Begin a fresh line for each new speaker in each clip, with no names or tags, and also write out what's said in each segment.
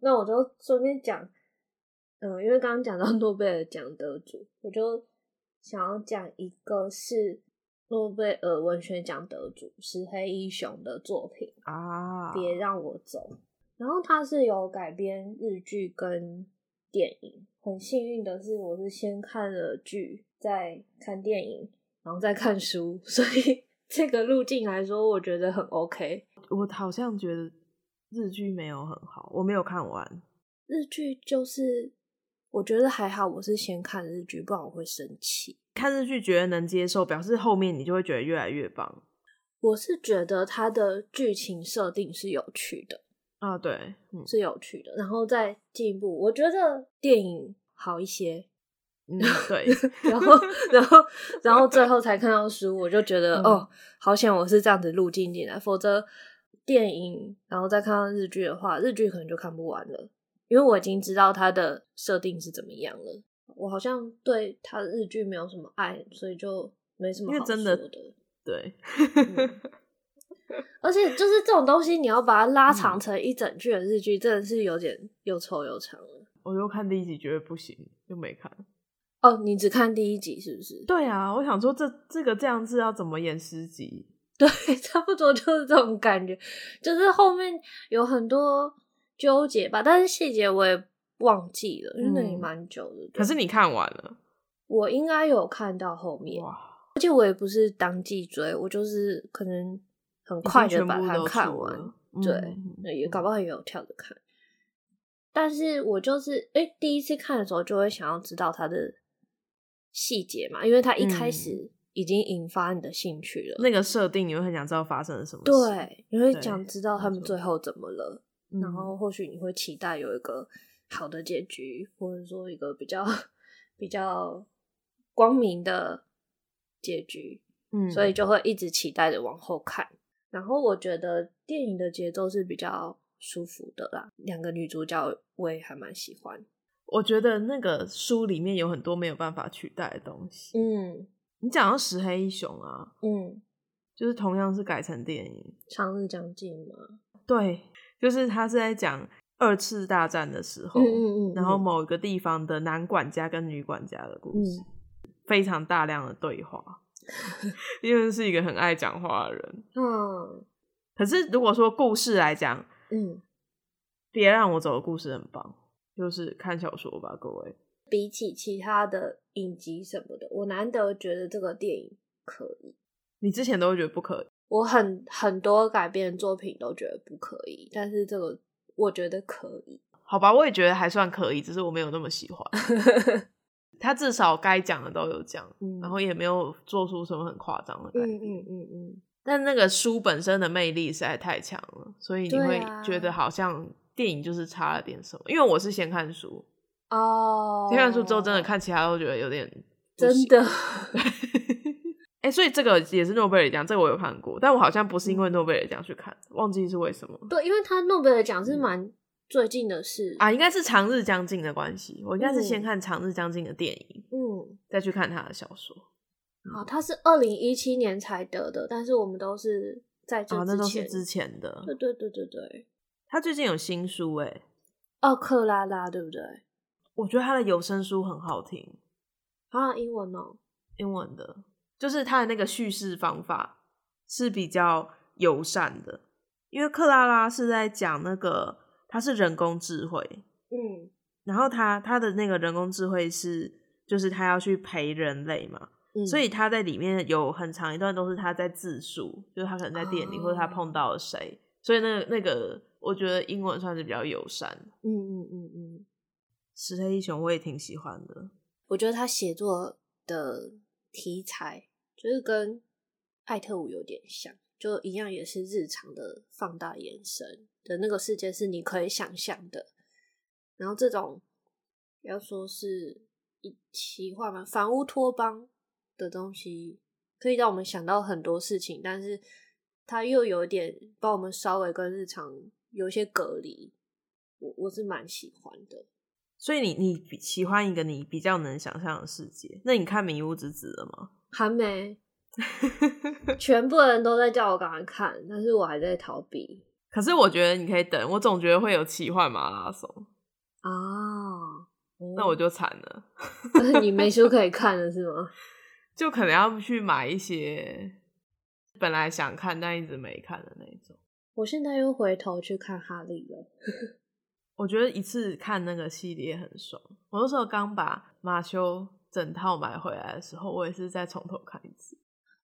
那我就顺便讲，嗯，因为刚刚讲到诺贝尔奖得主，我就想要讲一个是诺贝尔文学奖得主石黑一雄的作品
啊，
《别让我走》，然后它是有改编日剧跟电影。很幸运的是，我是先看了剧，再看电影，然后再看书，所以 这个路径来说，我觉得很 OK。
我好像觉得日剧没有很好，我没有看完。
日剧就是我觉得还好，我是先看日剧，不然我会生气。
看日剧觉得能接受，表示后面你就会觉得越来越棒
我是觉得它的剧情设定是有趣的，
啊！对，嗯
是有趣的，然后再进一步，我觉得电影好一些，
嗯，对，
然后，然后，然后最后才看到书，我就觉得、
嗯
哦，好险我是这样子路径进来，否则电影然后再看到日剧的话，日剧可能就看不完了，因为我已经知道它的设定是怎么样了。我好像对它的日剧没有什么爱，所以就没什么
因为
好
真的
说的。
对，
嗯而且就是这种东西，你要把它拉
嗯
长成一整句的日剧，真的是有点又臭又长了。
我就看第一集觉得不行，就没看。
哦，你只看第一集是不是？
对啊，我想说这这个这样子要怎么演十集？
对， 差不多就是这种感觉，就是后面有很多纠结吧，但是细节我也忘记了，因为那也
嗯
蛮久的。
可是你看完了，
我应该有看到后面，
哇，
而且我也不是当季追，我就是可能很
已经
快就
全
把
部
它
都
看
出
完，
了，
对
嗯
那也搞不好也有跳着看。但是我就是哎、诶第一次看的时候就会想要知道它的细节嘛，因为它一开
嗯
始已经引发你的兴趣了。
那个设定，你会很想知道发生了什么事。
对，你会
对
想知道他们
没错
最后怎么了。
嗯，
然后或许你会期待有一个好的结局，或者说一个比较比较光明的结局，
嗯，
所以就会一直期待着往后看。然后我觉得电影的节奏是比较舒服的啦，两个女主角我也还蛮喜欢。
我觉得那个书里面有很多没有办法取代的东西。
嗯
你讲到石黑一雄啊，
嗯，
就是同样是改成电影，
长日将近嘛，
对，就是他是在讲二次大战的时
嗯
候，
嗯嗯，嗯
然后某一个地方的男管家跟女管家的故事，非常大量的 对话，因为是一个很爱讲话的人。
嗯
可是如果说故事来讲，
嗯，
别让我走的故事很棒，就是看小说吧，各位。
比起其他的影集什么的，我难得觉得这个电影可以。
你之前都会觉得不可
我很很多改编的作品都觉得不可以，但是这个我觉得可以。
好吧，我也觉得还算可以，只是我没有那么喜欢。 他至少该讲的都有讲，
嗯
然后也没有做出什么很夸张的改变。
嗯嗯，
但那个书本身的魅力实在太强了，所以你
对
会
啊
觉得好像电影就是差了点什么。因为我是先看书，
哦，
先看书之后真的看其他都觉得有点不
真
行。
的，
哎、所以这个也是诺贝尔奖，这个我有看过，但我好像不是
嗯
因为诺贝尔奖去看，忘记是为什么
对，因为他诺贝尔奖是蛮最近的事，
嗯啊，应该是《长日将近》的关系。我应该是先
嗯
看《长日将近》的电影，
嗯，
再去看他的小说。嗯
好，他是二零一七年才得的，但是我们都是在这
啊，那都
之
是
前，
之前的
对。对对对对，
他最近有新书哎、
哦，克拉拉对不对？
我觉得他的有声书很好听，
啊，英文哦，
英文的，就是他的那个叙事方法是比较友善的。因为克拉拉是在讲那个，他是人工智慧，
嗯
然后他他的那个人工智慧是，就是他要去陪人类嘛，
嗯，
所以他在里面有很长一段都是他在自述，就是他可能在店里、
哦
或者他碰到了谁，所以那个那个我觉得英文算是比较友善。
嗯嗯嗯嗯。
石黑一雄我也挺喜欢的，
我觉得他写作的题材就是跟艾特伍有点像，就一样也是日常的放大延伸的那个世界是你可以想象的。然后这种要说是一奇幻嘛，反乌托邦的东西，可以让我们想到很多事情，但是它又有点把我们稍微跟日常有一些隔离，我我是蛮喜欢的。
所以你你比喜欢一个你比较能想象的世界。那你看《迷雾之子》了吗？
还 没，全部人都在叫我赶快看，但是我还在逃避。
可是我觉得你可以等，我总觉得会有奇幻马拉松，
啊哦，
那我就惨了，
你没书可以看了是吗？
就可能要去买一些本来想看但一直没看的那一种。
我现在又回头去看哈利了。
我觉得一次看那个系列很爽。我那时候刚把马修整套买回来的时候，我也是再从头看一次。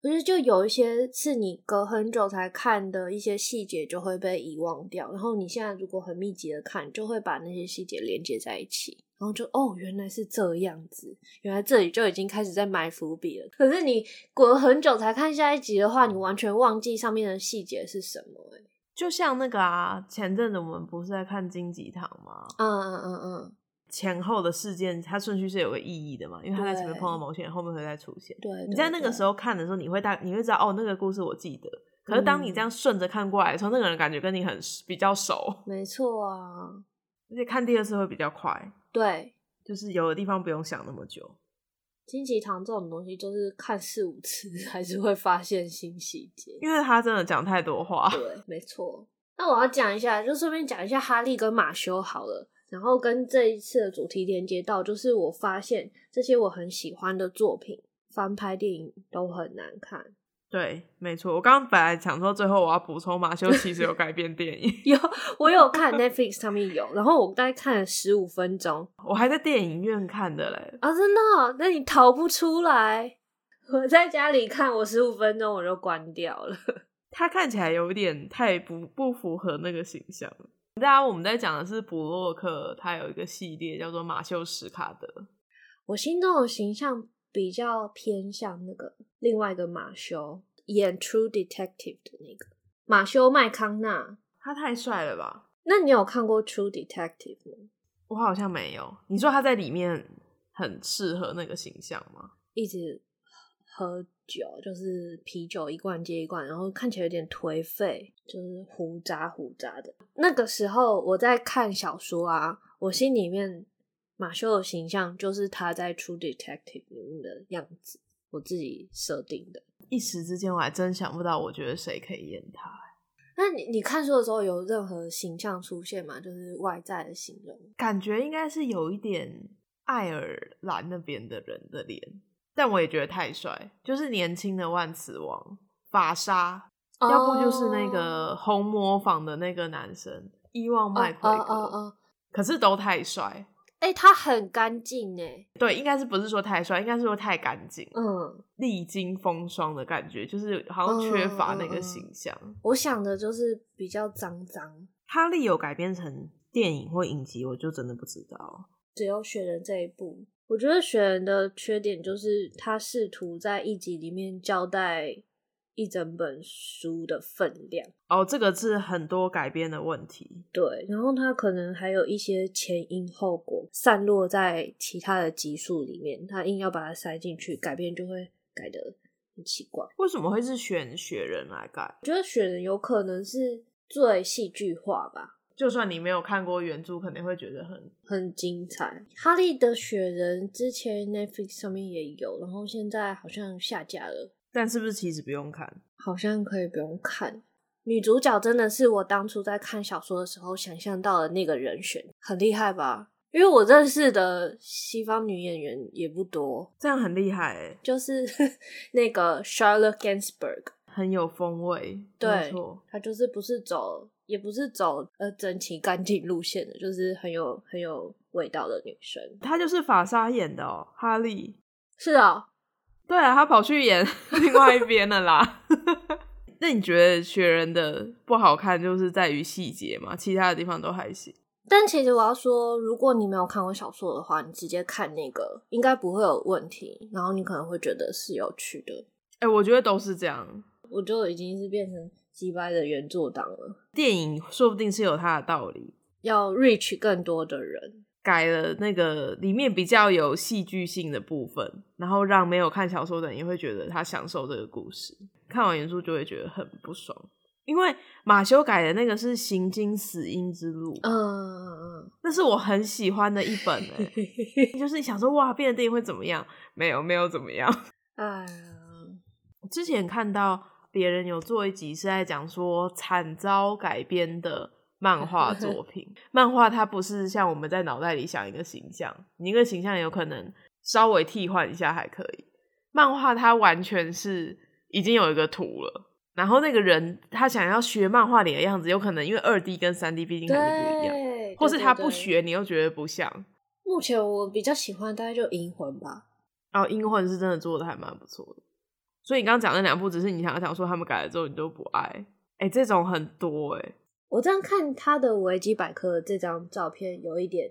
不是，就有一些是你隔很久才看的一些细节就会被遗忘掉，然后你现在如果很密集的看，就会把那些细节连接在一起，然后就哦，原来是这样子，原来这里就已经开始在埋伏笔了。可是你隔很久才看下一集的话，你完全忘记上面的细节是什么、欸。
就像那个啊，前阵子我们不是在看《金鸡堂》吗？
嗯嗯嗯嗯，
前后的事件它顺序是有个意义的嘛，因为它在前面
对
碰到某些人，后面会再出现。
对。
你在那个时
候，
候看的时候，你会大你会知道哦，那个故事我记得。可是当你
嗯
这样顺着看过来的时候，那个人感觉跟你很比较熟，
没错啊，
而且看第二次会比较快，
对。
就是有的地方不用想那么久。
金吉堂这种东西，就是看四五次 还是会发现新细节。
因为他真的讲太多话，
对，没错。那我要讲一下，就顺便讲一下哈利跟马修好了，然后跟这一次的主题连接到，就是我发现这些我很喜欢的作品，翻拍电影都很难看。
对，没错。我刚刚本来想说，最后我要补充马修其实有改编电影，
有，我有看 Netflix 上面有，然后我大概看了十五分钟
我还在电影院看的嘞。
啊，真的哦、那你逃不出来。我在家里看，我十五分钟我就关掉了。
他看起来有点太不不符合那个形象了。大家我们在讲的是布洛克，他有一个系列叫做马修史卡德，
我心中的形象比较偏向那个另外一个马修演《True Detective》的那个马修麦康纳。
他太帅了吧？
那你有看过《True Detective》吗？
我好像没有。你说他在里面很适合那个形象吗？
一直喝酒，就是啤酒一罐接一罐，然后看起来有点颓废，就是胡渣胡渣的。那个时候我在看小说啊，我心里面马修的形象就是他在《True Detective》里面的样子，我自己设定的。
一时之间我还真想不到，我觉得谁可以演他。
那你你看书的时候有任何形象出现吗？就是外在的形容，
感觉应该是有一点爱尔兰那边的人的脸，但我也觉得太帅，就是年轻的万磁王法沙，要不就是那
哦
个红模仿的那个男生伊万麦奎格，
哦哦哦，
可是都太帅。
哎、他很干净哎，
对，应该是不是说太帅，应该是说太干净，
嗯，
历经风霜的感觉，就是好像缺乏那
嗯
个形象。
我想的就是比较脏脏，
哈利有改编成电影或影集，我就真的不知道。
只有雪人这一部。我觉得雪人的缺点就是他试图在一集里面交代一整本书的分量，
哦，这个是很多改编的问题。
对，然后他可能还有一些前因后果散落在其他的集数里面，他硬要把它塞进去，改变就会改得很奇怪。
为什么会是选雪人来改？
我觉得雪人有可能是最戏剧化吧，
就算你没有看过原著，肯定会觉得很
很精彩。哈利的雪人之前 Netflix 上面也有，然后现在好像下架了，
但是不是其实不用看？
好像可以不用看。女主角真的是我当初在看小说的时候想象到的那个人选，很厉害吧？因为我认识的西方女演员也不多，
这样很厉害、欸，
就是 那个 Charlotte Gainsbourg，
很有风味。
对
没错，
她就是不是走，也不是走呃整齐干净路线的，就是很有很有味道的女生。
他就是法沙演的哦，哈利。
是啊，
对啊，他跑去演 另外一边了啦。 那你觉得雪人的不好看，就是在于细节嘛？其他的地方都还行。
但其实我要说，如果你没有看过小说的话，你直接看那个应该不会有问题，然后你可能会觉得是有趣的。
哎、我觉得都是这样。
我就已经是变成鸡掰的原作党了，
电影说不定是有它的道理，
要 reach 更多的人。
改了那个里面比较有戏剧性的部分，然后让没有看小说的人也会觉得他享受这个故事。看完原著就会觉得很不爽，因为马修改的那个是《行经死因之路》，
嗯嗯
那是我很喜欢的一本哎、
嗯嗯，
就是想说哇，
嗯
变成电影会怎么样？没有，没有怎么样。
哎呀，
之前看到别人有做一集是在讲说惨遭改编的漫画作 品。漫画它不是像我们在脑袋里想一个形象，你一个形象有可能稍微替换一下还可以。漫画它完全是已经有一个图了，然后那个人他想要学漫画里的样子，有可能因为二 D 跟三 D 毕竟还是不一样，
对，
或是他
对
不。学，你又觉得不像。
对对目前我比较喜欢大概就《银魂》吧，
然后《阴魂》是真的做的还蛮不错的，所以你刚刚讲那两部，只是你想要讲说他们改了之后你都不爱，哎、这种很多哎、
我这样看他的维基百科的这张照片，有一点，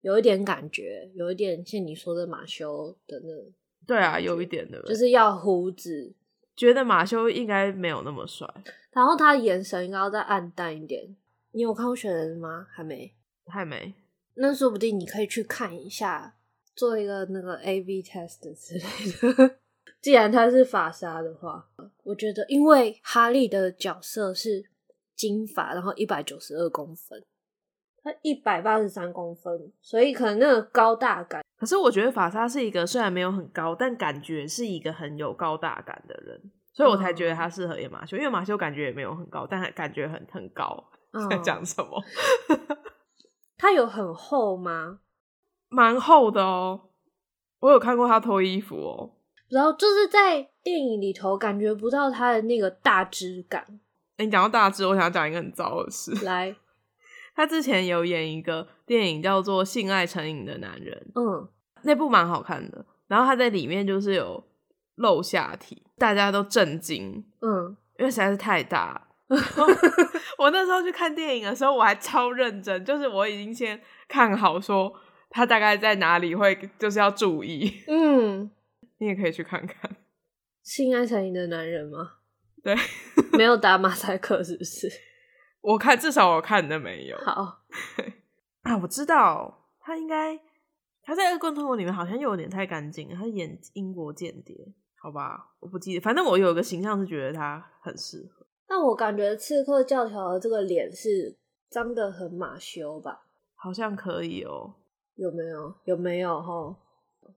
有一点感觉，有一点像你说的马修的那种，
对啊，有一点对不对？
就是要胡子，
觉得马修应该没有那么帅，
然后他的眼神应该要再暗淡一点。你有看过《雪人》吗？还没。
还没
那说不定你可以去看一下，做一个那个 A B test 之类的。 既然他是法沙的话，我觉得因为哈利的角色是金发，然后一百九十二公分，他一百八十三公分，所以可能那个高大感，
可是我觉得法沙是一个虽然没有很高，但感觉是一个很有高大感的人，所以我才觉得他适合演马修，因为马修感觉也没有很高，但他感觉很很高。
嗯
在，讲什么？
他有很厚吗？
蛮厚的哦，我有看过他脱衣服哦。
然后就是在电影里头感觉不到他的那个大只感。
哎、你讲到大致，我想讲一个很糟的事。
来，
他之前有演一个电影叫做《性爱成瘾的男人》，
嗯，
那部蛮好看的。然后他在里面就是有露下体，大家都震惊，
嗯，
因为实在是太大了。 我那时候去看电影的时候，我还超认真，就是我已经先看好说他大概在哪里会，就是要注意。
嗯，
你也可以去看看。
性爱成瘾的男人吗？
对
没有打马赛克是不是？
我看，至少我看的没有
好，
啊。我知道他应该他在《恶棍通国》里面好像又有点太干净了，他演英国间谍，好吧？我不记得，反正我有一个形象是觉得他很适合。
但我感觉刺客教条的这个脸是张得很马修吧？
好像可以哦，
有没有？有没有？哈，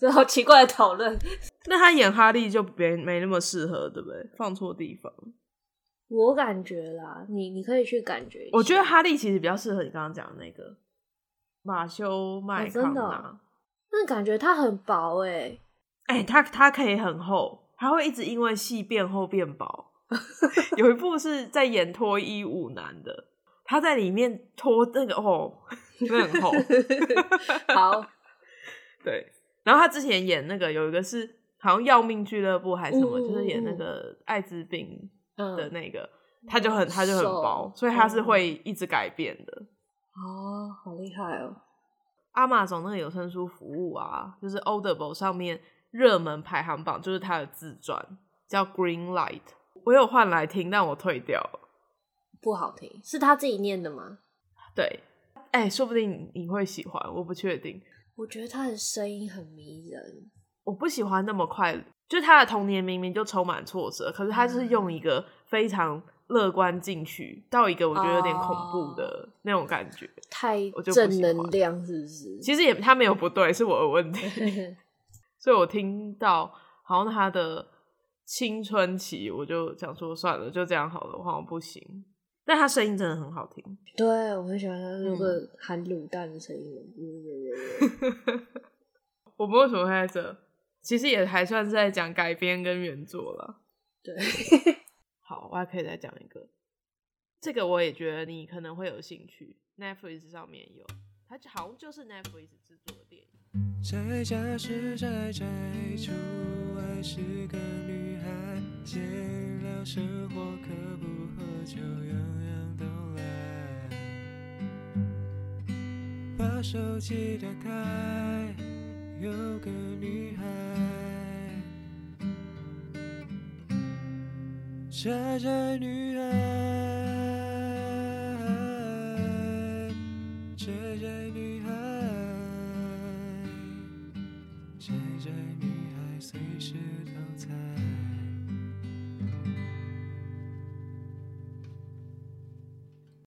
这好奇怪的讨论。
那他演哈利就别没那么适合，对不对？放错地方。
我感觉啦，你你可以去感觉一下。
我觉得哈利其实比较适合你刚刚讲的那个马修麦
真
康啊
的
纳、
哦那感觉他很薄哎、欸，
哎、他他可以很厚，他会一直因为戏变厚变薄。 有一部是在演脱衣舞男的，他在里面脱那个哦，那 很厚。
好，
对，然后他之前演那个有一个是好像要命俱乐部还是什么，
嗯嗯
就是演那
嗯
个艾滋病的
嗯，
那个，他就很他就很薄，
瘦嗯
所以他是会一直改变的。
哦，好厉害哦。
阿玛总那个有声书服务啊，就是 Audible 上面热门排行榜，就是他的自传叫 Green Light，我有换来听，但我退掉了。
不好听，是他自己念的吗？
对，哎、说不定你会喜欢，我不确定。
我觉得他的声音很迷人，
我不喜欢那么快，就是他的童年明明就充满挫折，可是他就是用一个非常乐观进去，到一个我觉得有点恐怖的那种感觉。
太
我就不喜欢
正能量是不是？
其实也他没有不对，是我的问题。所以我听到好像他的青春期，我就想说算了，就这样好了，我好像不行。但他声音真的很好听，
对，我很喜欢他那个含卤蛋的声音。嗯
我们为什么会在这？其实也还算是在讲改编跟原作了。
对，
好，我还可以再讲一个，这个我也觉得你可能会有兴趣，Netflix 上面有，它好像就是 Netflix 制作的电影。
宅家是宅宅，出外是个女孩，闲聊生活可不喝酒，样样都来。把手机打开，有个女孩，宅宅女孩，宅宅女孩。宅宅女孩随时都